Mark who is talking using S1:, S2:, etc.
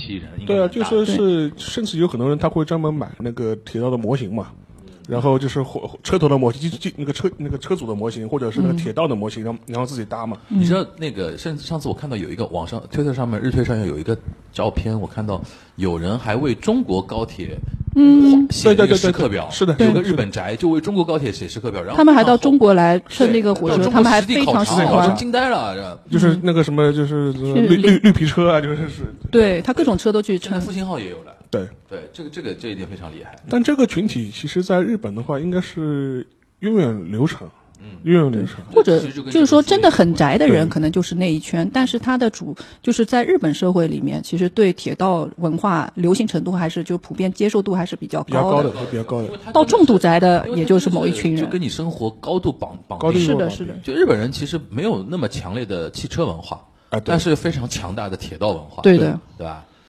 S1: 批人，应该
S2: 对啊，
S1: 蛮
S2: 就
S1: 大
S3: 嗯
S1: 的
S2: 是是，甚至有很多人他会专门买那个铁道的模型嘛，然后就是或或车头的模型，就就那个车那个车主的模型，或者是那
S3: 嗯
S2: 个铁道的模型，然后然后自己搭嘛。
S1: 你知道那个上上次我看到有一个网上推特上面日推上面有一个照片，我看到有人还为中国高铁嗯写
S2: 对
S1: 了
S2: 对
S1: 一个
S2: 对
S1: 时
S2: 对
S1: 刻表，
S2: 是的
S1: 有
S2: 是
S1: 个
S2: 的
S1: 日本宅就为中国高铁写时刻表，然后
S3: 他们还到
S1: 看后
S3: 中国来乘那个火
S1: 到
S3: 车，
S1: 中
S3: 他们
S1: 国
S3: 还
S1: 实地
S3: 非
S1: 考
S3: 常
S1: 察
S3: 喜
S1: 我都
S3: 欢。
S1: 惊呆了，嗯这
S2: 就是那个什么，就是
S3: 嗯是
S2: 绿绿绿皮车啊，就是是，
S3: 对他各种车都去
S1: 现在
S3: 乘，
S1: 复兴号也有了，
S2: 对。
S1: 对这个这个这一点非常厉害，
S2: 但这个群体其实，在日本的话，应该是源远流长，
S1: 嗯
S2: 源远流长。
S3: 或者
S1: 其实就跟
S3: 就是说真的很宅的人，
S2: 对
S3: 可能就是那一圈。但是他的主就是在日本社会里面，其实对铁道文化流行程度还是就普遍接受度还是比较
S2: 比较
S3: 高
S2: 高的，比较高的
S1: 因为它
S3: 到
S1: 真
S3: 重
S1: 的
S3: 度宅
S1: 因为
S3: 的
S1: 它
S3: 也
S1: 真
S3: 就
S1: 的
S3: 是某一群
S1: 就
S3: 人。
S1: 跟你生活高度绑绑
S2: 高度
S1: 定
S3: 是的，
S2: 绑定
S3: 是的。
S1: 就日本人其实没有那么强烈的汽车文化
S2: 啊对
S1: 但是非常强大的铁道文化，
S3: 对的
S1: 对吧？